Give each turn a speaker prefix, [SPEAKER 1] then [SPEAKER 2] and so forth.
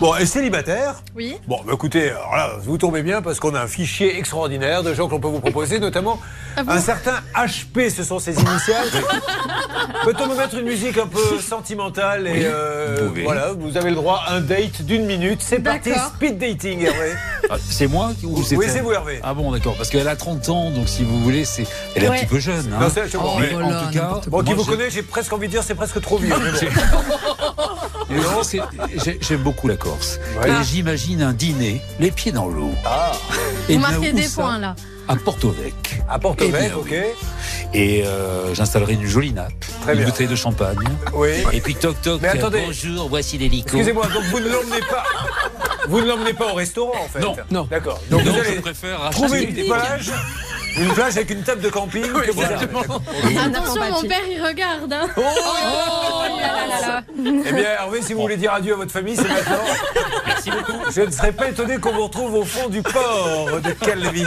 [SPEAKER 1] Bon, et célibataire
[SPEAKER 2] Oui.
[SPEAKER 1] Bon, bah écoutez, alors là, vous tombez bien parce qu'on a un fichier extraordinaire de gens qu'on peut vous proposer, notamment
[SPEAKER 3] Ah
[SPEAKER 1] un certain HP, ce sont ses initiales. Peut-on me mettre une musique un peu sentimentale et euh,
[SPEAKER 3] vous pouvez.
[SPEAKER 1] voilà, vous avez le droit à un date d'une minute. C'est parti,
[SPEAKER 2] D'accord.
[SPEAKER 1] speed dating, Hervé.
[SPEAKER 3] Ah, c'est moi qui- ou
[SPEAKER 1] Oui,
[SPEAKER 3] elle
[SPEAKER 1] c'est vous, Hervé.
[SPEAKER 3] Ah bon, d'accord, parce qu'elle a 30 ans, donc si vous voulez, c'est elle est
[SPEAKER 2] Ouais.
[SPEAKER 3] un petit peu jeune. Hein.
[SPEAKER 1] Non, c'est- je comprends.
[SPEAKER 3] Mais
[SPEAKER 4] Oh
[SPEAKER 3] en
[SPEAKER 4] là,
[SPEAKER 3] tout cas,
[SPEAKER 4] n'importe
[SPEAKER 1] Bon, qui
[SPEAKER 3] moi,
[SPEAKER 1] vous
[SPEAKER 3] je-
[SPEAKER 1] connaît, j'ai presque envie de dire, c'est presque trop vieux. mais bon.
[SPEAKER 3] Et aussi, c'est- j'ai- J'aime beaucoup la Corse.
[SPEAKER 1] Ouais.
[SPEAKER 3] Et
[SPEAKER 1] Ah.
[SPEAKER 3] j'imagine un dîner, les pieds dans l'eau. Et
[SPEAKER 2] Vous
[SPEAKER 3] bien,
[SPEAKER 2] marquez
[SPEAKER 3] où
[SPEAKER 2] des
[SPEAKER 3] ça
[SPEAKER 2] points là.
[SPEAKER 3] À Porto-Vec.
[SPEAKER 1] À porto
[SPEAKER 3] Eh bien,
[SPEAKER 1] ok.
[SPEAKER 3] Et euh, j'installerai une jolie nappe,
[SPEAKER 1] Très
[SPEAKER 3] une
[SPEAKER 1] bien.
[SPEAKER 3] bouteille de champagne.
[SPEAKER 1] Oui.
[SPEAKER 3] Et puis toc toc.
[SPEAKER 1] Mais attendez.
[SPEAKER 3] Bonjour, voici l'hélico.
[SPEAKER 1] Excusez-moi, donc vous ne l'emmenez pas. Vous ne l'emmenez pas au restaurant, en fait.
[SPEAKER 3] Non, non.
[SPEAKER 1] D'accord.
[SPEAKER 3] Donc
[SPEAKER 1] Donc vous
[SPEAKER 3] je
[SPEAKER 1] allez
[SPEAKER 3] préfère racheter
[SPEAKER 1] trouver
[SPEAKER 3] une
[SPEAKER 1] une plage, une plage avec une table de camping. que vous avez.
[SPEAKER 2] Attention, mon père il regarde. hein. Oh là là là là.
[SPEAKER 1] Eh bien, Hervé, si vous voulez dire adieu à votre famille, c'est maintenant. Merci beaucoup. Je ne serais pas étonné qu'on vous retrouve au fond du port de Calvi.